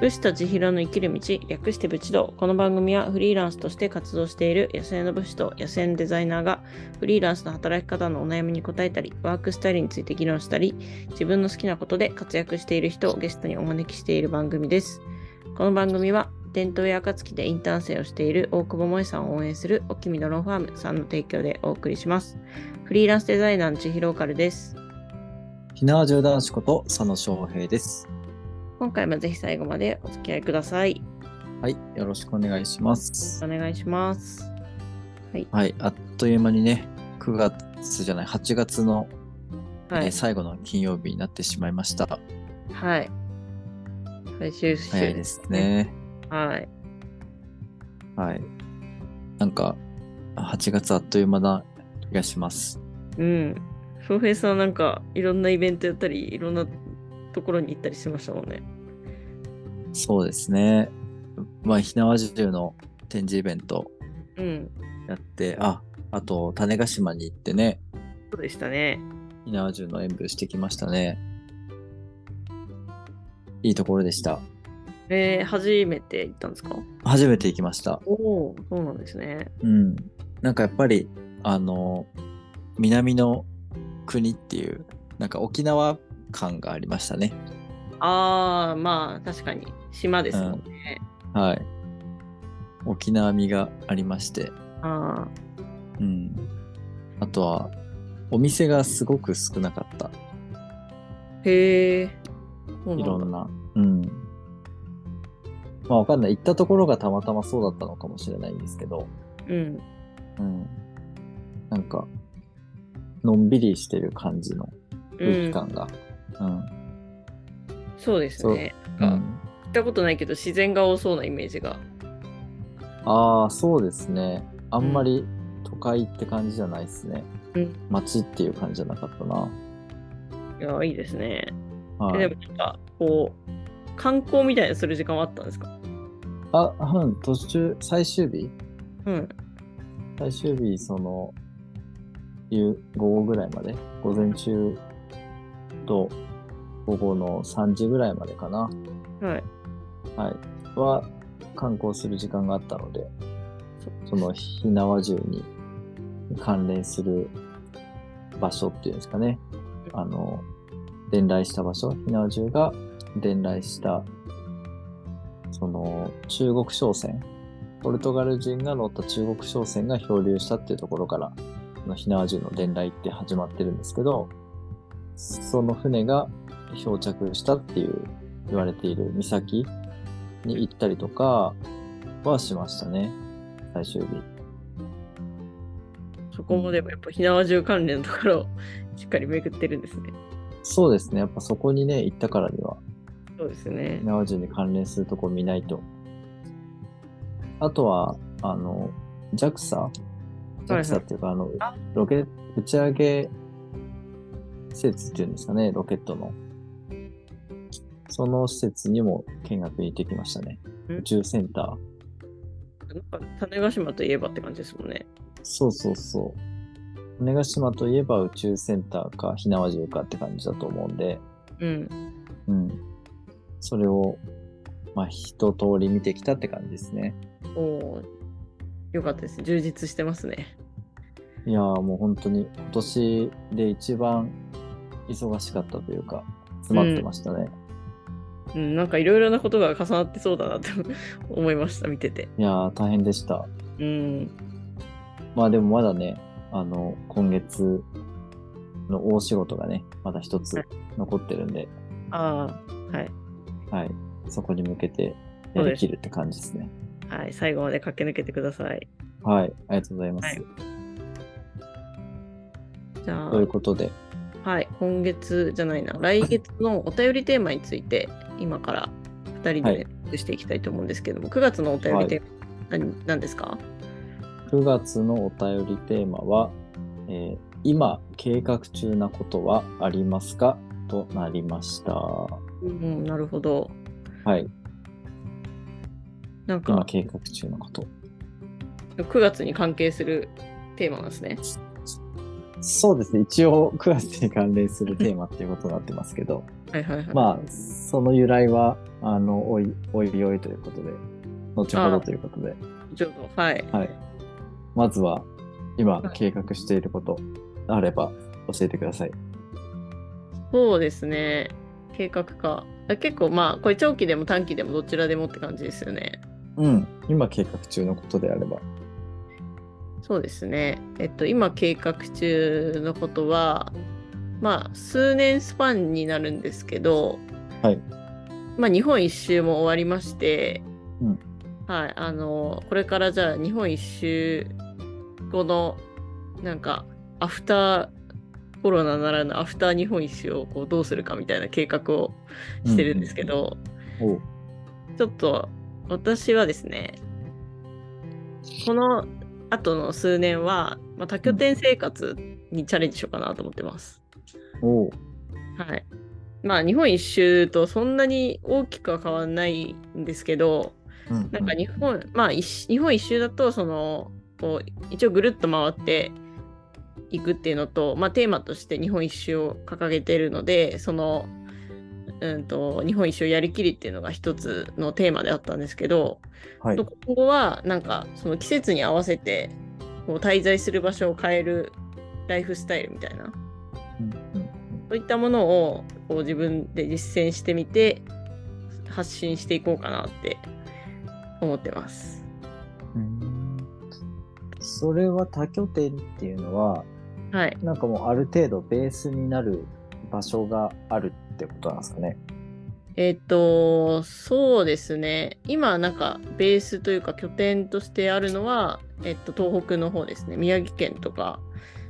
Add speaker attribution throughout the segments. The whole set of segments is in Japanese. Speaker 1: 武士と千尋の生きる道、略して武士道。この番組はフリーランスとして活動している野生の武士と野生のデザイナーがフリーランスの働き方のお悩みに答えたり、ワークスタイルについて議論したり、自分の好きなことで活躍している人をゲストにお招きしている番組です。この番組は伝統や暁でインターン生をしている大久保萌さんを応援するおきみのロンファームさんの提供でお送りします。フリーランスデザイナーの千尋オカルです。
Speaker 2: ひなわじゅう男子こと佐野翔平です。
Speaker 1: 今回もぜひ最後までお付き合いください。
Speaker 2: はい、よろしくお願いします
Speaker 1: お。願いします。はい。
Speaker 2: はい、あっという間にね、9月じゃない、8月の、
Speaker 1: は
Speaker 2: えー
Speaker 1: い。
Speaker 2: 最後の金曜日になってしまいました。
Speaker 1: はい。最終週
Speaker 2: 早いです。ね。
Speaker 1: はい。
Speaker 2: はい。なんか、8月あっという間な気がします。
Speaker 1: うん。フーフェイスはなんかいろんなイベントやったり、いろんなところに行ったりしてましたもんね。
Speaker 2: そうですね。まあ、ひなわじゅうの展示イベント
Speaker 1: うん。
Speaker 2: やって、あ、あと、種子島に行ってね、
Speaker 1: そうでしたね。
Speaker 2: ひなわじゅうの演舞してきましたね。いいところでした。
Speaker 1: えー、初めて行ったんですか
Speaker 2: 初めて行きました。
Speaker 1: おお、そうなんですね。
Speaker 2: うん。なんかやっぱり、あの、南の国っていう、なんか沖縄感がありましたね。
Speaker 1: ああ、まあ確かに島ですもんね。
Speaker 2: はい。沖縄味がありまして。
Speaker 1: あ
Speaker 2: うん。あとは、お店がすごく少なかった。
Speaker 1: あ、へえ。そう
Speaker 2: い
Speaker 1: な
Speaker 2: ろ
Speaker 1: んだ
Speaker 2: んな。うん。まあわかんない。行ったところがたまたまそうだったのかもしれないんですけど、
Speaker 1: うん。
Speaker 2: うん。なんか、のんびりしてる感じの
Speaker 1: う
Speaker 2: 空気
Speaker 1: ん、
Speaker 2: 感が。うん。
Speaker 1: そうですね。
Speaker 2: う
Speaker 1: なんか
Speaker 2: ん
Speaker 1: 行ったことないけど自然が多そうなイメージが。
Speaker 2: ああ、そうですね。あんまり都会って感じじゃないですね。
Speaker 1: うん
Speaker 2: 街っていう感じじゃなかったな。
Speaker 1: いや、いいですね。え
Speaker 2: は
Speaker 1: で
Speaker 2: い、
Speaker 1: もなんかこう観光みたいなする時間はあったんですか
Speaker 2: あ、うん、途中、最終日
Speaker 1: うん
Speaker 2: 最終日、その、夕午後ぐらいまで午前中と午後の3時ぐらいまでかな。
Speaker 1: はい
Speaker 2: はい。は、観光する時間があったので、
Speaker 1: そ
Speaker 2: その、火縄銃に関連する場所っていうんですかね。あの、伝来した場所、火縄銃が伝来した、その、中国商船、ポルトガル人が乗った中国商船が漂流したっていうところから、その火縄銃の伝来って始まってるんですけど、その船が漂着したっていう言われている岬に行ったりとかはしましたね。最終日。
Speaker 1: そこもでもやっぱ火縄銃関連のところを しっかり巡ってるんですね
Speaker 2: そうですね。やっぱそこにね、行ったからには、
Speaker 1: そうですね
Speaker 2: 縄中に関連するとこ見ないと。あとは、あの、JAXA?JAXA
Speaker 1: いはい
Speaker 2: っていうか、あの
Speaker 1: あ、
Speaker 2: ロケ、打ち上げ施設っていうんですかね、ロケットの。その施設にも見学に行ってきましたね。
Speaker 1: ん
Speaker 2: 宇宙センター。
Speaker 1: なんか種子島といえばって感じですもんね
Speaker 2: そうそうそう。種子島といえば宇宙センターか、火縄銃かって感じだと思うんで、
Speaker 1: うん
Speaker 2: うん。それを、まあ、一通り見てきたって感じですね。
Speaker 1: おおよかったです充実してますね
Speaker 2: いやーもう本当に今年で一番忙しかったというか、詰まってましたね。
Speaker 1: うんなんかいろいろなことが重なって そうだなと思いました見てて
Speaker 2: いやー大変でした。
Speaker 1: うん
Speaker 2: まあでもまだね、あの、今月の大仕事がね、まだ一つ残ってるんで、
Speaker 1: ああはい
Speaker 2: はい。そこに向けてやりきるって感じですね。
Speaker 1: はい最後まで駆け抜けてください
Speaker 2: はい。ありがとうございます。
Speaker 1: はいじゃあ
Speaker 2: ということで、
Speaker 1: はい、今月じゃないな、来月のお便りテーマについて、今から2人
Speaker 2: は
Speaker 1: で
Speaker 2: い
Speaker 1: ね、していきたいと思うんですけども、9月のお便りテーマ、何何ですか
Speaker 2: 9月のお便りテーマは、えー今計画中なことはありますかとなりました。は
Speaker 1: うん、なるほど。
Speaker 2: い。
Speaker 1: なん
Speaker 2: 今
Speaker 1: か、
Speaker 2: 計画中のこと。
Speaker 1: 9月に関係するテーマなんですね。
Speaker 2: そうですね。一応、クラスに関連するテーマっていうことになってますけど、
Speaker 1: はいはいはい。
Speaker 2: まあ、その由来は、あの、おい、おいおいということで、後ほどということで、
Speaker 1: ちょっと、はい。
Speaker 2: はい。まずは、今
Speaker 1: はい
Speaker 2: 計画していること、あれば教えてください。
Speaker 1: そうですね。計画か。あ結構まあ、これ長期でも短期でもどちらでもって感じですよね。
Speaker 2: うん。今計画中のことであれば。
Speaker 1: そうですね。えっと、今計画中のことは、まあ、数年スパンになるんですけど、
Speaker 2: はい
Speaker 1: まあ、日本一周も終わりまして、
Speaker 2: うん
Speaker 1: はい、あの、これからじゃあ、日本一周後の、なんか、アフター、コロナならぬアフター日本一周をこうどうするかみたいな計画をしてるんですけど、
Speaker 2: おう
Speaker 1: ちょっと私はですね、この後の数年は、まあ、多拠点生活にチャレンジしようかなと思ってます。
Speaker 2: おう
Speaker 1: はい。まあ日本一周とそんなに大きくは変わんないんですけど、
Speaker 2: うん
Speaker 1: なんか日本、まあ一日本一周だと、その、こう一応ぐるっと回っていくっていうのと、まあテーマとして日本一周を掲げてるので、その、うんと、日本一周やりきりっていうのが一つのテーマであったんですけど、
Speaker 2: はい
Speaker 1: 今。後はなんかその季節に合わせてこう滞在する場所を変えるライフスタイルみたいな
Speaker 2: うんうん
Speaker 1: そういったものをこう自分で実践してみて発信していこうかなって思ってます。
Speaker 2: それは多拠点っていうのは、
Speaker 1: はい、
Speaker 2: なんかもうある程度ベースになる場所があるってことなんですかね。
Speaker 1: えっ、とそうですね今なんかベースというか拠点としてあるのは、えっと東北の方ですね宮城県とか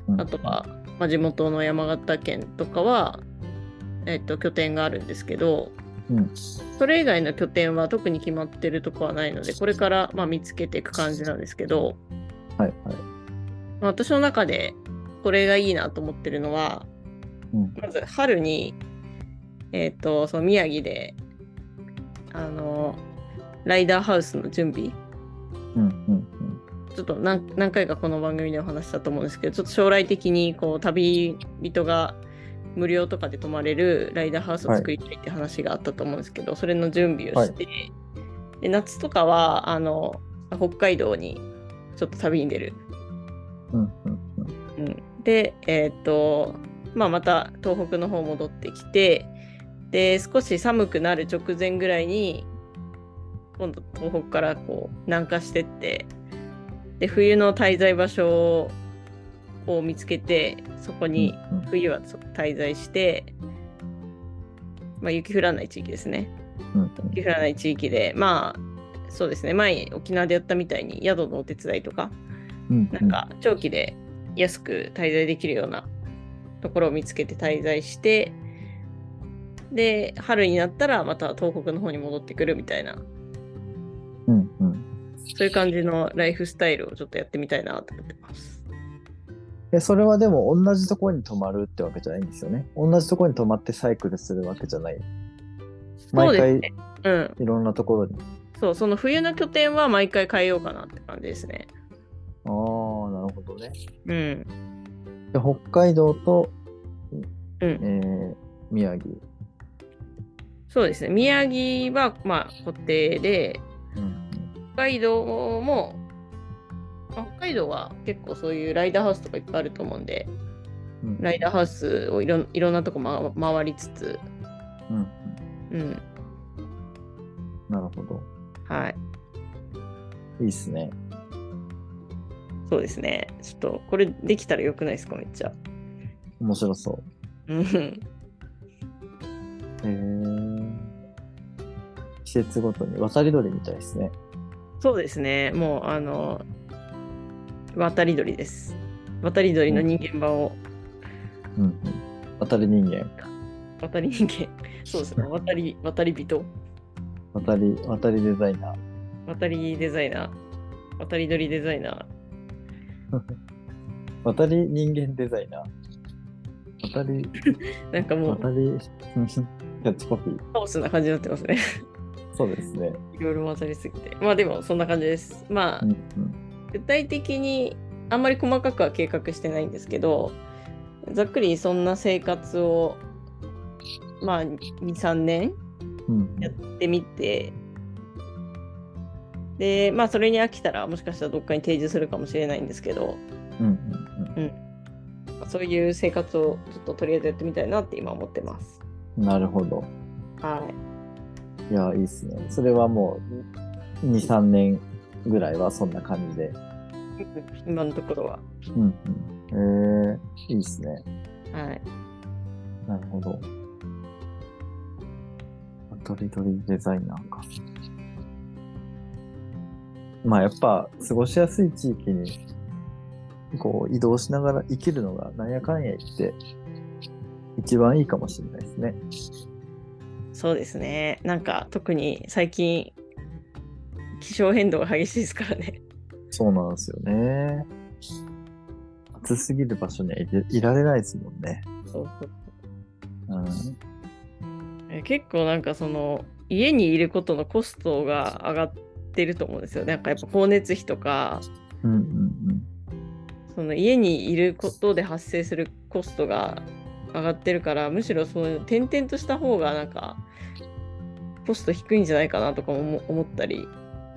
Speaker 2: うん
Speaker 1: あとは、まあ、地元の山形県とかは、えっと拠点があるんですけど、
Speaker 2: うん
Speaker 1: それ以外の拠点は特に決まってるとこはないのでこれからまあ見つけていく感じなんですけど、
Speaker 2: はいは
Speaker 1: ま
Speaker 2: い。
Speaker 1: あ私の中でこれがいいなと思ってるのは
Speaker 2: うん
Speaker 1: まず春に、えっとその宮城であのライダーハウスの準備
Speaker 2: うんうん
Speaker 1: ちょっと何何回かこの番組でお話ししたと思うんですけどちょっと将来的にこう旅人が無料とかで泊まれるライダーハウスを作りたいって話があったと思うんですけど、それの準備をして、で夏とかはあの北海道にちょっと旅に出る。
Speaker 2: うんうんうんうん
Speaker 1: うん、で、えーっとまあ、また東北の方戻ってきてで少し寒くなる直前ぐらいに今度東北からこう南下してってで冬の滞在場所を見つけてそこに
Speaker 2: うん
Speaker 1: 冬はそ滞在して、まあ、雪降らない地域ですね
Speaker 2: うん
Speaker 1: 雪降らない地域でまあそうですね前沖縄でやったみたいに宿のお手伝いとか
Speaker 2: うん
Speaker 1: なんか長期で安く滞在できるようなところを見つけて滞在してで春になったらまた東北の方に戻ってくるみたいな
Speaker 2: うんうん
Speaker 1: そういう感じのライフスタイルをちょっとやってみたいなと思ってます。
Speaker 2: えそれはでも同じところに泊まるってわけじゃないんですよね。同じところに泊まってサイクルするわけじゃない。
Speaker 1: そう
Speaker 2: 毎
Speaker 1: です
Speaker 2: 回
Speaker 1: ね。うん。
Speaker 2: いろんなところに。
Speaker 1: そう、その冬の拠点は毎回変えようかなって感じですね。
Speaker 2: ああ、なるほどね。
Speaker 1: うん。
Speaker 2: で北海道と、
Speaker 1: う
Speaker 2: え
Speaker 1: ん。
Speaker 2: ー宮城。
Speaker 1: そうですね。宮城は、まあ、固定で、
Speaker 2: うん
Speaker 1: 北海道も、まあ北海道は結構そういうライダーハウスとかいっぱいあると思うんで、
Speaker 2: うん
Speaker 1: ライダーハウスをいろんいろんなとこ、ま、回りつつ、
Speaker 2: うんうん
Speaker 1: うん、
Speaker 2: なるほど。
Speaker 1: はい、
Speaker 2: いいですね。
Speaker 1: そうですね。ちょっとこれできたらよくないですか、めっちゃ。
Speaker 2: 面白そう。
Speaker 1: うん
Speaker 2: へー季節ごとに渡り鳥みたいですね。
Speaker 1: そうですね、もうあの、渡り鳥です。渡り鳥の人間版を、
Speaker 2: うん、うん。渡り人間、
Speaker 1: 渡り人間、そうですね、渡り、渡り人、
Speaker 2: 渡り、渡りデザイナー。
Speaker 1: 渡りデザイナー、渡り鳥デザイナ
Speaker 2: 渡り人間デザイナー。渡り、
Speaker 1: ー、なんかもう
Speaker 2: 渡り、キャッチコピー。
Speaker 1: カオスな感じになってますね。
Speaker 2: そうですね。
Speaker 1: いろいろ混ざりすぎて。まあでも、そんな感じです。まあ
Speaker 2: うん、うん。
Speaker 1: 具体的にあんまり細かくは計画してないんですけど、ざっくりそんな生活を、まあ、2、3年
Speaker 2: うん
Speaker 1: やってみて、で、まあ、それに飽きたら、もしかしたらどっかに提示するかもしれないんですけど、
Speaker 2: うんうん
Speaker 1: そういう生活をちょっととりあえずやってみたいなって今思ってます。
Speaker 2: うんなるほど。
Speaker 1: はい。
Speaker 2: いや、いいっすね。それはもう、2、3年ぐらいはそんな感じで。
Speaker 1: 今のところは。
Speaker 2: うんうん。えー、いいっすね。
Speaker 1: はい。
Speaker 2: なるほど。ドリドリデザイナーか。まあやっぱ過ごしやすい地域にこう移動しながら生きるのがなんやかんや言って一番いいかもしれないですね。
Speaker 1: そうですね。なんか、特に最近、気象変動が激しいですからね。
Speaker 2: そうなんですよね。暑すぎる場所にはいていられないですもんね。
Speaker 1: そうそう
Speaker 2: うん。
Speaker 1: え結構なんかその家にいることのコストが上がってると思うんですよ。なんかやっぱ光熱費とか
Speaker 2: うんうん
Speaker 1: その家にいることで発生するコストが上がってるからむしろそういう転々とした方がなんかコスト低いんじゃないかなとかも思思ったり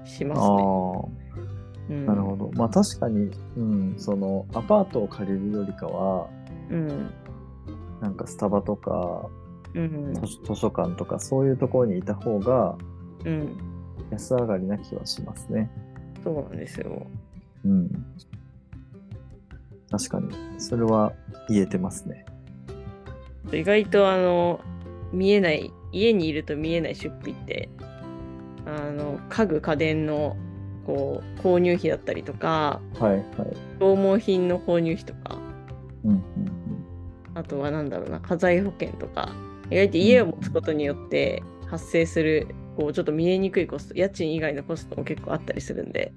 Speaker 1: し
Speaker 2: う
Speaker 1: ますね。
Speaker 2: ん。ああ。
Speaker 1: うん、
Speaker 2: なるほど。まあ確かに、うん、そのアパートを借りるよりかは、
Speaker 1: うん
Speaker 2: なんかスタバとか
Speaker 1: うん
Speaker 2: 図書図書館とかそういうところにいた方が
Speaker 1: うん、
Speaker 2: 安上がりな気はしますね。
Speaker 1: そうなんですよ。
Speaker 2: うん。確かに。それは言えてますね。
Speaker 1: 意外とあの見えない家にいると見えない出費ってあの家具家電のこう購入費だったりとか
Speaker 2: はいはい。
Speaker 1: 消耗品の購入費とか
Speaker 2: うんうん
Speaker 1: あとは何だろうな家財保険とか意外と家を持つことによって発生するこうちょっと見えにくいコスト家賃以外のコストも結構あったりするんで、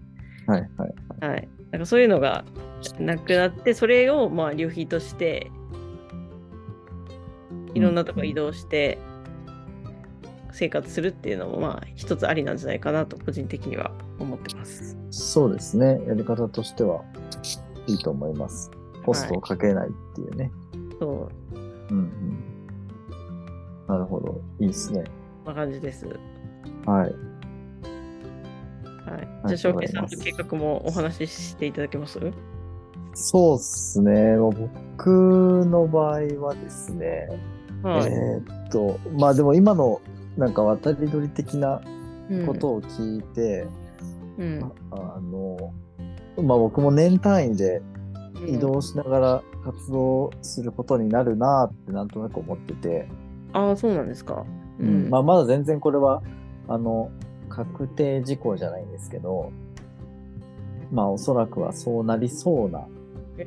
Speaker 2: うん。はいはい。
Speaker 1: はい、なんかそういうのがなくなってそれをまあ旅費としていろんなとこ移動して生活するっていうのもまあ一つありなんじゃないかなと個人的には思ってます。
Speaker 2: そうですね。やり方としてはいいと思います。コストをかけないっていうね。
Speaker 1: そう
Speaker 2: うんうん。なるほど。いいですね。
Speaker 1: こんな感じです。は
Speaker 2: は
Speaker 1: い、
Speaker 2: い。
Speaker 1: じゃあ
Speaker 2: ありがと
Speaker 1: 翔
Speaker 2: うご
Speaker 1: 平
Speaker 2: ざい
Speaker 1: さん
Speaker 2: ま
Speaker 1: と
Speaker 2: す
Speaker 1: 計画もお話ししていただけます
Speaker 2: そうっすね。もう僕の場合はですね、
Speaker 1: はい。
Speaker 2: えーっと、まあでも今のなんか渡り鳥的な
Speaker 1: うん
Speaker 2: ことを聞いて、
Speaker 1: うん
Speaker 2: あの、まあ僕も年単位で
Speaker 1: うん
Speaker 2: 移動しながら活動することになるなってなんとなく思ってて、
Speaker 1: ああそうなんですか。うん
Speaker 2: まあまだ全然これは、あの、確定事項じゃないんですけど、まあおそらくはそうなりそうな、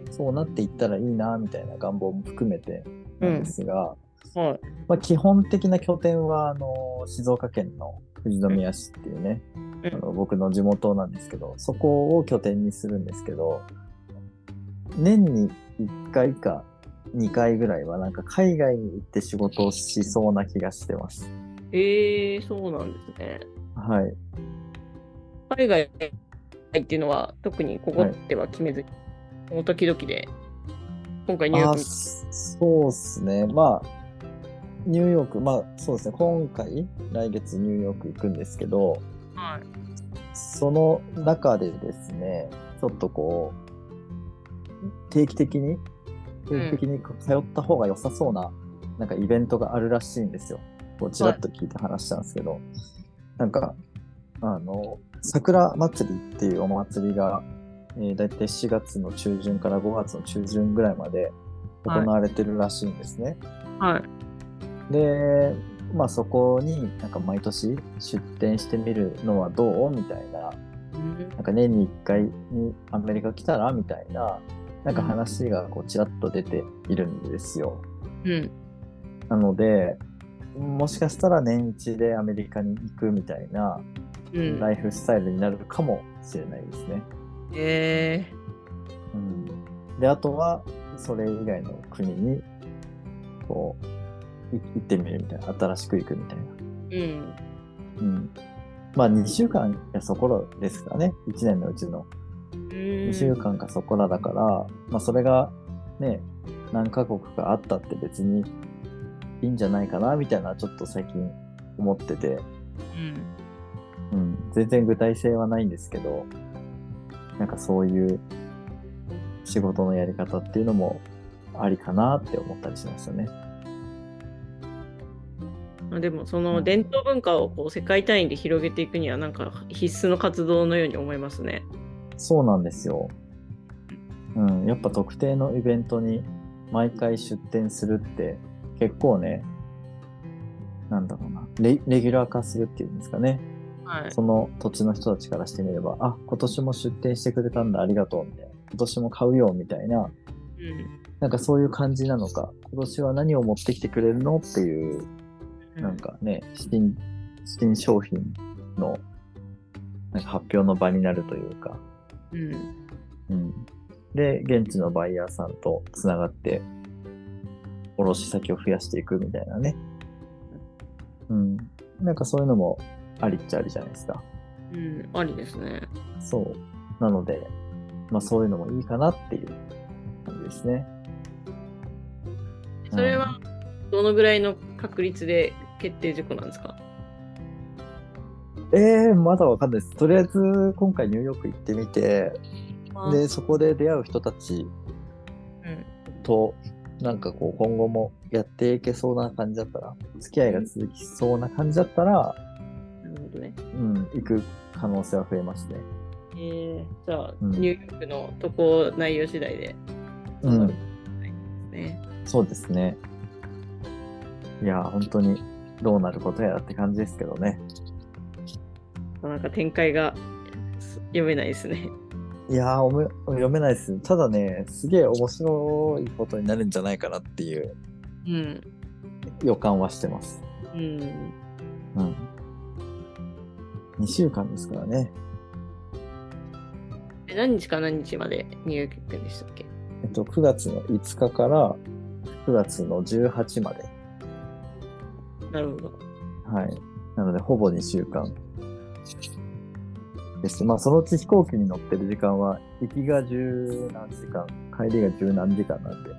Speaker 2: そうなっていったらいいなみたいな願望も含めてなんですが、
Speaker 1: はい
Speaker 2: まあ、基本的な拠点は、あの、静岡県の富士宮市っていうね、
Speaker 1: うん
Speaker 2: あの僕の地元なんですけど、そこを拠点にするんですけど、年に1回か2回ぐらいは、なんか海外に行って仕事をしそうな気がしてます。
Speaker 1: えー、そうなんですね。
Speaker 2: はい。
Speaker 1: 海外っていうのは特にここでは決めずに、もう時々で今回ニューヨ
Speaker 2: あ
Speaker 1: ー
Speaker 2: ー
Speaker 1: ク
Speaker 2: そうっすね。まあ、ニューヨーク、まあそうですね、今回、来月ニューヨーク行くんですけど、
Speaker 1: はい
Speaker 2: その中でですね、ちょっとこう、定期的に、
Speaker 1: うん
Speaker 2: 定期的に通った方が良さそうな、なんかイベントがあるらしいんですよ。こうちらっと聞いて話したんですけど、なんか、あの、桜祭りっていうお祭りが、えー、だいたい4月の中旬から5月の中旬ぐらいまで行われてるらしいんですね。
Speaker 1: はい
Speaker 2: で、まあそこになんか毎年出店してみるのはどうみたいななんか年に1回にアメリカ来たらみたいな、なんか話がこうちらっと出ているんですよ。
Speaker 1: うん
Speaker 2: なので、もしかしたら年一でアメリカに行くみたいな
Speaker 1: うん
Speaker 2: ライフスタイルになるかもしれないですね。
Speaker 1: え
Speaker 2: うん、で、あとは、それ以外の国に、こう、い行ってみるみたいな、新しく行くみたいな。
Speaker 1: ー、うん
Speaker 2: うん、まあ、2週間やそこらですかね、1年のうちの。
Speaker 1: う
Speaker 2: 2週
Speaker 1: ん
Speaker 2: 間かそこらだから、まあそれがね、何カ国かあったって別にいいんじゃないかなみたいなちょっと最近思ってて、
Speaker 1: うん。
Speaker 2: うん、全然具体性はないんですけどなんかそういう仕事のやり方っていうのもありかなって思ったりしましたね。
Speaker 1: まあでも、そうの
Speaker 2: ん
Speaker 1: 伝統文化をこう世界単位で広げていくには、なんか必須の活動のように思いますね。
Speaker 2: そうなんですよ。うん、やっぱ特定のイベントに毎回出店するって結構ね、なんだろうな、レレギュラー化するっていうんですかね。
Speaker 1: はい。
Speaker 2: その土地の人たちからしてみれば、あ、今年も出店してくれたんだ、ありがとう、みたいな。今年も買うよ、みたいな。
Speaker 1: うん。
Speaker 2: なんかそういう感じなのか、今年は何を持ってきてくれるのっていう、なんかね、新、新商品の、なんか発表の場になるというか。
Speaker 1: うん。
Speaker 2: うん、で、現地のバイヤーさんとつながって、卸先を増やしていくみたいなね。うん。なんかそういうのもありっちゃありじゃないですか。
Speaker 1: うん。ありですね。
Speaker 2: そう。なので、まあそういうのもいいかなっていう感じですね。
Speaker 1: それはどのぐらいの確率で決定事項なんですか
Speaker 2: ええー、まだわかんないです。とりあえず今回ニューヨーク行ってみて、で、そこで出会う人たち
Speaker 1: うん
Speaker 2: と、なんかこう今後もやっていけそうな感じだったら、付き合いが続きそうな感じだったら、
Speaker 1: なるほどね。
Speaker 2: うん、行く可能性は増えますね。
Speaker 1: えー、じゃあ、
Speaker 2: うん
Speaker 1: ニューヨークの渡航内容次第で。
Speaker 2: うん、
Speaker 1: ね。
Speaker 2: そうですね。いやー、本当にどうなることやらって感じですけどね。
Speaker 1: なんか展開がす読めないですね。
Speaker 2: いやーおめ、読めないです。ただね、すげえ面白いことになるんじゃないかなっていう
Speaker 1: うん。
Speaker 2: 予感はしてます。
Speaker 1: うん。
Speaker 2: うん。2週間ですからね。
Speaker 1: え何日か何日までニューヨーク行くんでしたっけ
Speaker 2: えっと、9月の5日から9月の18まで。
Speaker 1: なるほど。
Speaker 2: はい。なので、ほぼ2週間です。まあ、そのうち飛行機に乗ってる時間は、行きが十何時間、帰りが十何時間なんで、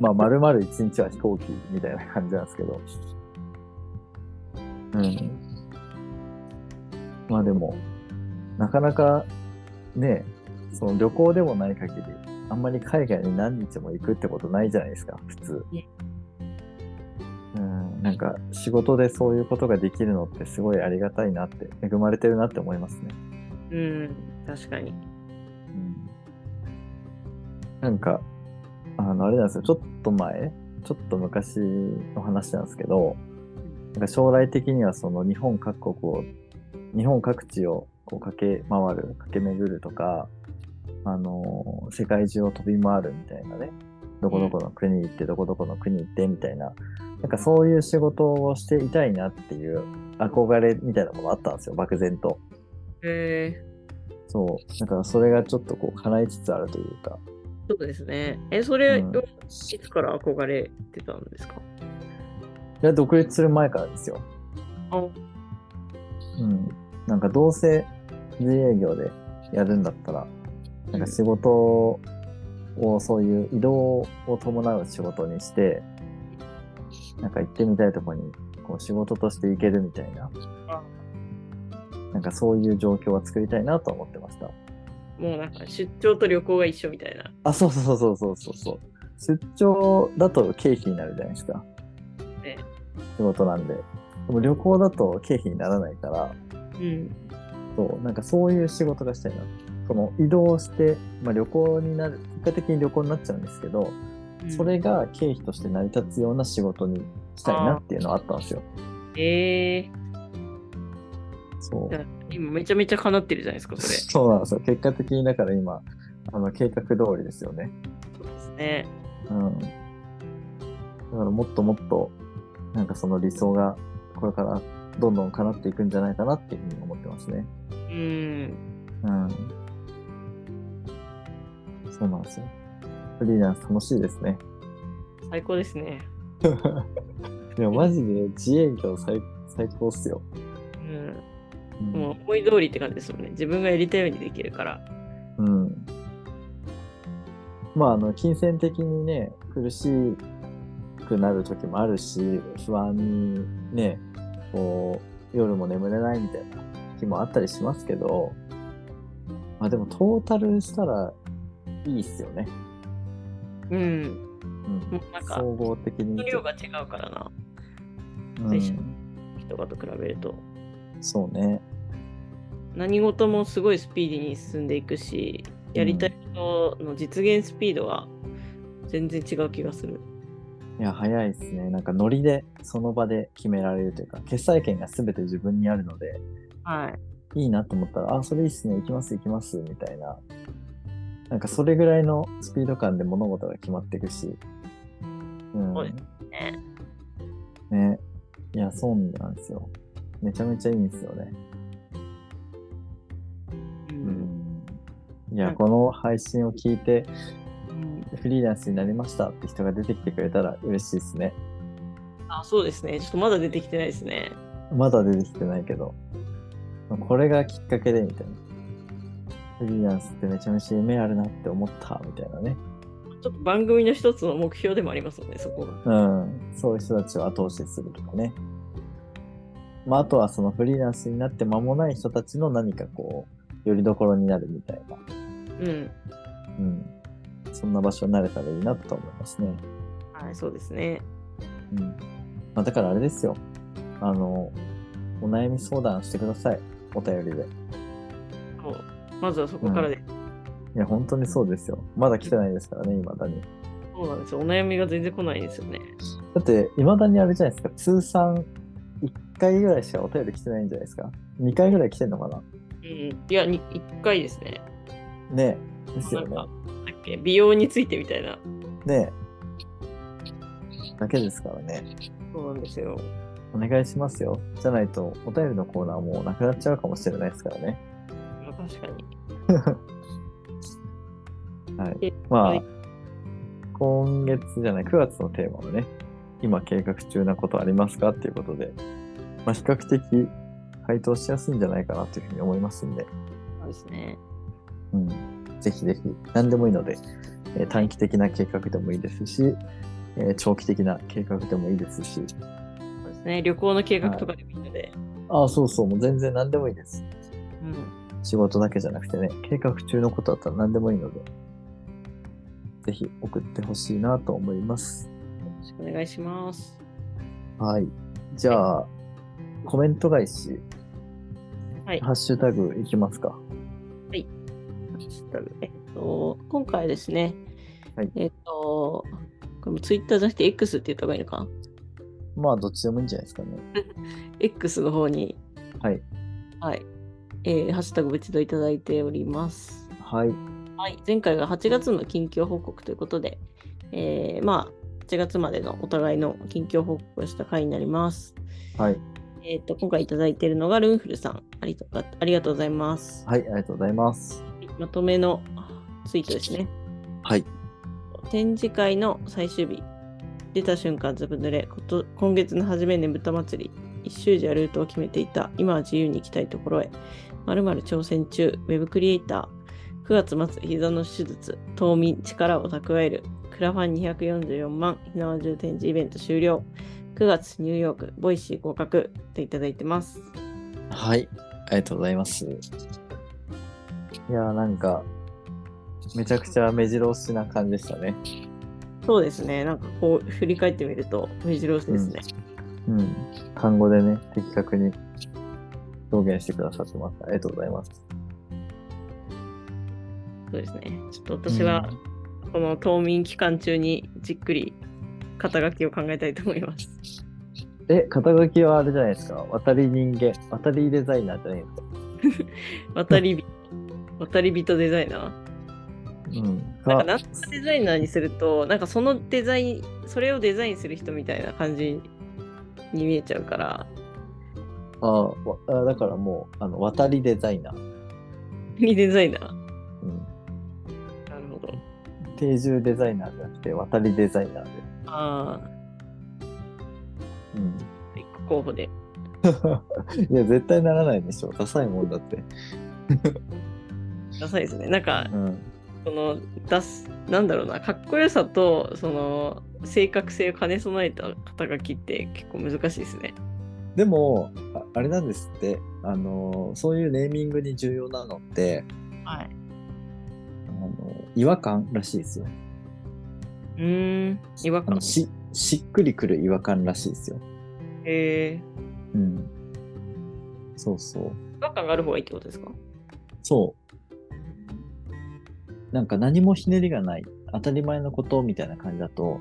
Speaker 2: まあ、丸々一日は飛行機みたいな感じなんですけど。うん。まあ、でも、なかなか、ね、その旅行でもない限り、あんまり海外に何日も行くってことないじゃないですか、普通。うん、なんか仕事でそういうことができるのってすごいありがたいなって恵まれてるなって思いますね。
Speaker 1: うん。確かに。
Speaker 2: うん、なんかあのあれなんですよちょっと前ちょっと昔の話なんですけどなんか将来的にはその日本各国を日本各地をこう駆け回る駆け巡るとかあの世界中を飛び回るみたいなねどこどこの国行ってどこどこの国行ってみたいななんかそういう仕事をしていたいなっていう憧れみたいなものがあったんですよ漠然と。
Speaker 1: え
Speaker 2: そう。だからそれがちょっとこう叶いつつあるというか。
Speaker 1: ー、そうですね。え、それ、
Speaker 2: うん
Speaker 1: いつから憧れてたんですか
Speaker 2: いや、独立する前からですよ。
Speaker 1: あ、うん。
Speaker 2: うん。なんかどうせ自営業でやるんだったら、なんか仕事をそういう移動を伴う仕事にして、なんか行ってみたいところにこう仕事として行けるみたいな
Speaker 1: あ。
Speaker 2: なんかそういう状況は作りたいなと思ってました。
Speaker 1: もうなんか出張と旅行が一緒みたいな。
Speaker 2: あ、そうそうそうそうそうそう。出張だと経費になるじゃないですか。
Speaker 1: ね
Speaker 2: 仕事なんで。でも旅行だと経費にならないから、
Speaker 1: うん。
Speaker 2: そう、なんかそういう仕事がしたいな。その移動して、まあ旅行になる、結果的に旅行になっちゃうんですけど、それが経費として成り立つような仕事にしたいなっていうのはあったんですよ。
Speaker 1: えー、
Speaker 2: そう。
Speaker 1: 今めちゃめちゃ叶ってるじゃないですか、それ。
Speaker 2: そうなんですよ。結果的にだから今、あの計画通りですよね。
Speaker 1: そうですね。
Speaker 2: うん。だからもっともっと、なんかその理想がこれからどんどん叶っていくんじゃないかなっていうふうに思ってますね。
Speaker 1: うん。
Speaker 2: うん。そうなんですよ。フリーランス楽しいですね。
Speaker 1: 最高ですね。
Speaker 2: いや、マジで自営業最最高っすよ。
Speaker 1: うん。
Speaker 2: うん
Speaker 1: もう思い通りって感じですもんね。自分がやりたいようにできるから。
Speaker 2: うん。まあ、あの、金銭的にね、苦しくなる時もあるし、不安にね、こう、夜も眠れないみたいな日もあったりしますけど、まあでも、トータルしたらいいっすよね。
Speaker 1: うん。
Speaker 2: うん。
Speaker 1: もうなんか
Speaker 2: 総、合的に見て。
Speaker 1: 量が違うからな、
Speaker 2: うん、
Speaker 1: 人がと比べると。
Speaker 2: そうね。
Speaker 1: 何事もすごいスピーディーに進んでいくし、やりたいことの実現スピードは全然違う気がする。
Speaker 2: いや、早いですね。なんかノリで、その場で決められるというか、決済権が全て自分にあるので、
Speaker 1: はい。
Speaker 2: いいなと思ったら、あ、それいいっすね、行きます、行きます、みたいな。なんかそれぐらいのスピード感で物事が決まっていくし。うん。
Speaker 1: そうで
Speaker 2: ね。ね。いや、そうなんですよ。めちゃめちゃいいんですよね。
Speaker 1: う。
Speaker 2: うんん。いうや、
Speaker 1: ん
Speaker 2: この配信を聞いて、
Speaker 1: うん
Speaker 2: フリーランスになりましたって人が出てきてくれたら嬉しいですね。
Speaker 1: あ、そうですね。ちょっとまだ出てきてないですね。
Speaker 2: まだ出てきてないけど、これがきっかけでみたいな。フリーランスってめちゃめちゃ夢あるなって思ったみたいなね。
Speaker 1: ちょっと番組の一つの目標でもありますよね、そこが。
Speaker 2: うん。そういう人たちを後押しするとかね。まあ、あとはそのフリーランスになって間もない人たちの何かこう、よりどころになるみたいな。
Speaker 1: うん。
Speaker 2: うん。そんな場所になれたらいいなと思いますね。
Speaker 1: はい、そうですね。
Speaker 2: うん。まあ、だからあれですよ。あの、お悩み相談してください。お便りで。
Speaker 1: もうまずはそこからで、
Speaker 2: いや、本当にそうですよ。まだ来てないですからね、未だに。
Speaker 1: そうなんですよ。お悩みが全然来ないんですよね。
Speaker 2: だって、いまだにあれじゃないですか、通算1回ぐらいしかお便り来てないんじゃないですか。2回ぐらい来てんのかな
Speaker 1: うん。いや、に1回ですね。
Speaker 2: ねえ。です
Speaker 1: な
Speaker 2: よ
Speaker 1: ん
Speaker 2: ね
Speaker 1: か、。だっけ、美容についてみたいな。
Speaker 2: ねえ。だけですからね。
Speaker 1: そうなんですよ。
Speaker 2: お願いしますよ。じゃないと、お便りのコーナーもうなくなっちゃうかもしれないですからね。
Speaker 1: まあ確かに。
Speaker 2: はい
Speaker 1: え。
Speaker 2: ま
Speaker 1: はい
Speaker 2: あ、今月じゃない、9月のテーマはね、今計画中なことありますかっていうことで、まあ、比較的回答しやすいんじゃないかなというふうに思いますんで。
Speaker 1: そうですね。
Speaker 2: うん、ぜひぜひ何でもいいので、えー短期的な計画でもいいですし、えー長期的な計画でもいいですし
Speaker 1: そうですね。旅行の計画とかでもいいので。
Speaker 2: ああそうそうもう全然何でもいいです
Speaker 1: うん。
Speaker 2: 仕事だけじゃなくてね計画中のことだったら何でもいいのでぜひ送ってほしいなと思います
Speaker 1: よろしくお願いします。
Speaker 2: はいじゃあコメント返し、
Speaker 1: はい
Speaker 2: ハッシュタグいきますか
Speaker 1: えっと、今回ですね、
Speaker 2: はい
Speaker 1: えっと、これもツイッターじゃなくて X って言った方がいいのか。
Speaker 2: まあどっちでもいいんじゃないですかね
Speaker 1: X の方に、
Speaker 2: はい
Speaker 1: はい、えーハッシュタグ別途いただいております。
Speaker 2: はい
Speaker 1: はい、前回が8月の近況報告ということで、えーまあ、8月までのお互いの近況報告をした回になります。
Speaker 2: はい
Speaker 1: えっ、と、今回いただいているのがルンフルさん、ありがありがとうございます。
Speaker 2: はいありがとうございます
Speaker 1: まとめのツイートですね。
Speaker 2: はい
Speaker 1: 展示会の最終日出た瞬間ずぶ濡れこと今月の初めねぶた祭り一周時はルートを決めていた今は自由に行きたいところへまるまる挑戦中ウェブクリエイター9月末膝の手術冬眠力を蓄えるクラファン244万ひなわじゅう展示イベント終了9月ニューヨークボイシー合格っていただいてます
Speaker 2: はい、ありがとうございます。いやーなんか、めちゃくちゃ目白押しな感じでしたね。
Speaker 1: そうですねなんかこう振り返ってみると目白押しですね、
Speaker 2: うん。単語でね、的確に表現してくださってます。ありがとうございます。
Speaker 1: そうですねちょっと私は、この冬眠期間中にじっくり肩書きを考えたいと思い ます。
Speaker 2: うん、え、肩書きはあれじゃないですか。渡り人間、渡りデザイナーじゃないですか。
Speaker 1: 渡り人、渡り人デザイナ
Speaker 2: うん。
Speaker 1: ー。なんか
Speaker 2: が
Speaker 1: なんとかデザイナーにすると、なんかそのデザイン、それをデザインする人みたいな感じに見えちゃうから、
Speaker 2: あーわあ、だからもう、あの、渡りデザイナー。
Speaker 1: ミデザイナー。
Speaker 2: うん。
Speaker 1: なるほど。
Speaker 2: 定住デザイナーじゃなくて、渡りデザイナーで。
Speaker 1: あ
Speaker 2: うん。
Speaker 1: あ、一個候補で。
Speaker 2: いや、絶対ならないでしょ。ダサいもんだって。
Speaker 1: ダサいですね。なんか
Speaker 2: う、ん。
Speaker 1: この、出す、なんだろうなかっこよさとその正確性を兼ね備えた肩書きって結構難しいですね。
Speaker 2: でも、ああれなんですって、あの、そういうネーミングに重要なのって、
Speaker 1: はい、
Speaker 2: あの違和感らしいですよ。
Speaker 1: うーん違和
Speaker 2: あ
Speaker 1: 感
Speaker 2: の。ししっくりくる違和感らしいですよ。
Speaker 1: え
Speaker 2: うん。そうそう。
Speaker 1: 違和感がある方がいいってことですか
Speaker 2: そう。なんか何もひねりがない、当たり前のことみたいな感じだと、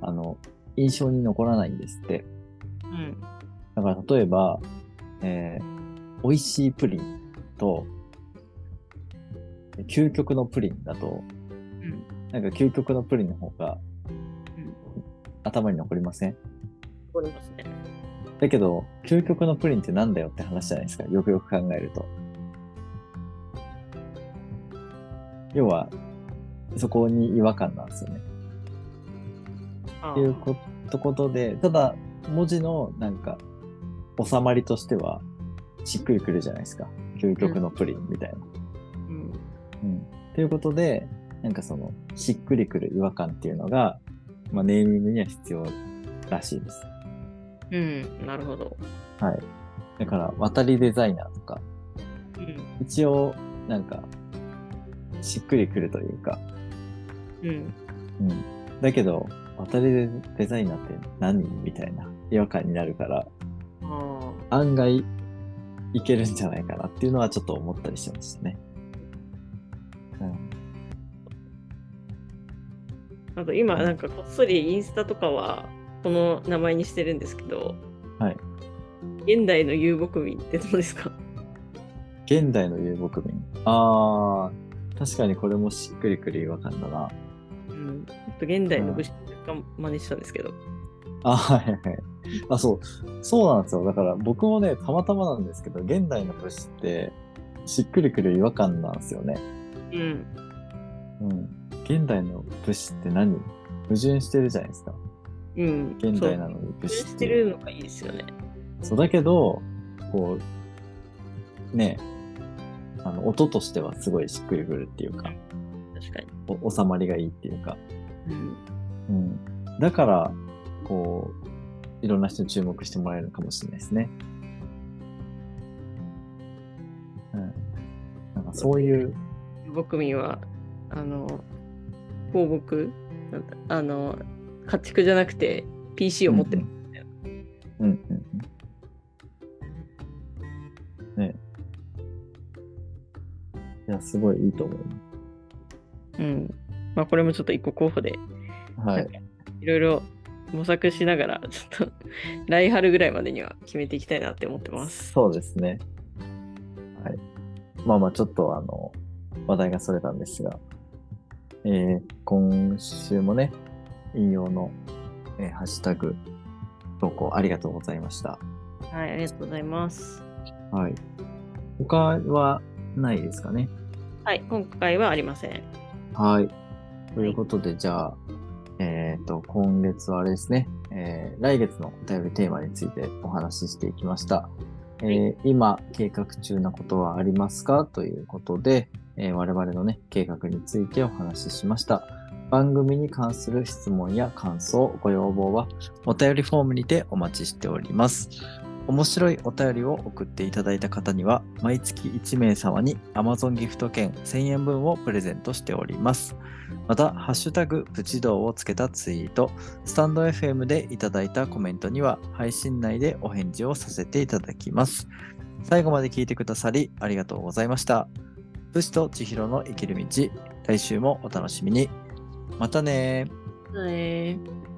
Speaker 2: あの、印象に残らないんですって。
Speaker 1: うん。
Speaker 2: だから例えば、えー、美味しいプリンと、究極のプリンだと、
Speaker 1: うん
Speaker 2: なんか究極のプリンの方が
Speaker 1: うん
Speaker 2: 頭に残りません
Speaker 1: 残りますね。
Speaker 2: だけど、究極のプリンってなんだよって話じゃないですか。よくよく考えると。要は、そこに違和感なんですよね。
Speaker 1: あー
Speaker 2: っていうことことで、ただ、文字のなんか、収まりとしては、しっくりくるじゃないですか。究極のプリンみたいな。
Speaker 1: うん
Speaker 2: うん。ということで、なんかその、しっくりくる違和感っていうのが、まあ、ネーミングには必要らしいです。
Speaker 1: うん、なるほど。
Speaker 2: はい。だから、渡りデザイナーとか、
Speaker 1: うん。
Speaker 2: 一応、なんか、しっくりくるというか、
Speaker 1: うん。
Speaker 2: うん。だけど、渡りデザイナーって何みたいな違和感になるから、
Speaker 1: あ
Speaker 2: 案外いけるんじゃないかなっていうのはちょっと思ったりしましたね。
Speaker 1: あ。あと今、なんかこっそりインスタとかは、この名前にしてるんですけど、
Speaker 2: はい。
Speaker 1: 現代の遊牧民ってどうですか
Speaker 2: 現代の遊牧民。あー、確かにこれもしっくりくる違和感だな。
Speaker 1: うん。ちょっと現代の武士が真似したんですけど。
Speaker 2: あ、はいはいはい。あ、そう。そうなんですよ。だから僕もね、たまたまなんですけど、現代の武士ってしっくりくる違和感なんですよね。
Speaker 1: うん。
Speaker 2: うん。現代の武士って何矛盾してるじゃないですか。
Speaker 1: うん。
Speaker 2: 現代な
Speaker 1: の。
Speaker 2: のに
Speaker 1: 矛
Speaker 2: 武
Speaker 1: 盾
Speaker 2: 士っ
Speaker 1: して
Speaker 2: ていう。
Speaker 1: るのがいいですよね。
Speaker 2: そうだけど、こう、ねあの、音としてはすごいしっくりくるっていうか、
Speaker 1: 確かに。
Speaker 2: お収まりがいいっていうか、
Speaker 1: うん。
Speaker 2: うん。だから、こう、いろんな人に注目してもらえるのかもしれないですね。うん。なんかそういう、
Speaker 1: 遊牧民は、あの、放牧なんだあの、家畜じゃなくて PC を持ってる。
Speaker 2: うんうんうん。ねいや、すごいいいと思いま
Speaker 1: うん。まあ、これもちょっと一個候補で、
Speaker 2: す。はい。
Speaker 1: いろいろ模索しながら、ちょっと、 来春ぐらいまでには決めていきたいなって思ってます。
Speaker 2: そうですね。はい。まあまあ、ちょっとあの、話題がそれたんですが、えー今週もね、引用の、えーハッシュタグ、投稿ありがとうございました。
Speaker 1: はい、ありがとうございます。
Speaker 2: はい。他はないですかね。
Speaker 1: はい、今回はありません。
Speaker 2: はい。ということで、じゃあ、えっ、と、今月はあれですね、えー来月のお便りテーマについてお話ししていきました。えー今、計画中なことはありますかということで、えー我々のね、計画についてお話ししました。番組に関する質問や感想、ご要望は、お便りフォームにてお待ちしております。面白いお便りを送っていただいた方には、毎月1名様に Amazon ギフト券1000円分をプレゼントしております。また、ハッシュタグプチドーをつけたツイート、スタンド FM でいただいたコメントには、配信内でお返事をさせていただきます。最後まで聞いてくださり、ありがとうございました。プチと千尋の生きる道、来週もお楽しみに。またねー。
Speaker 1: ねー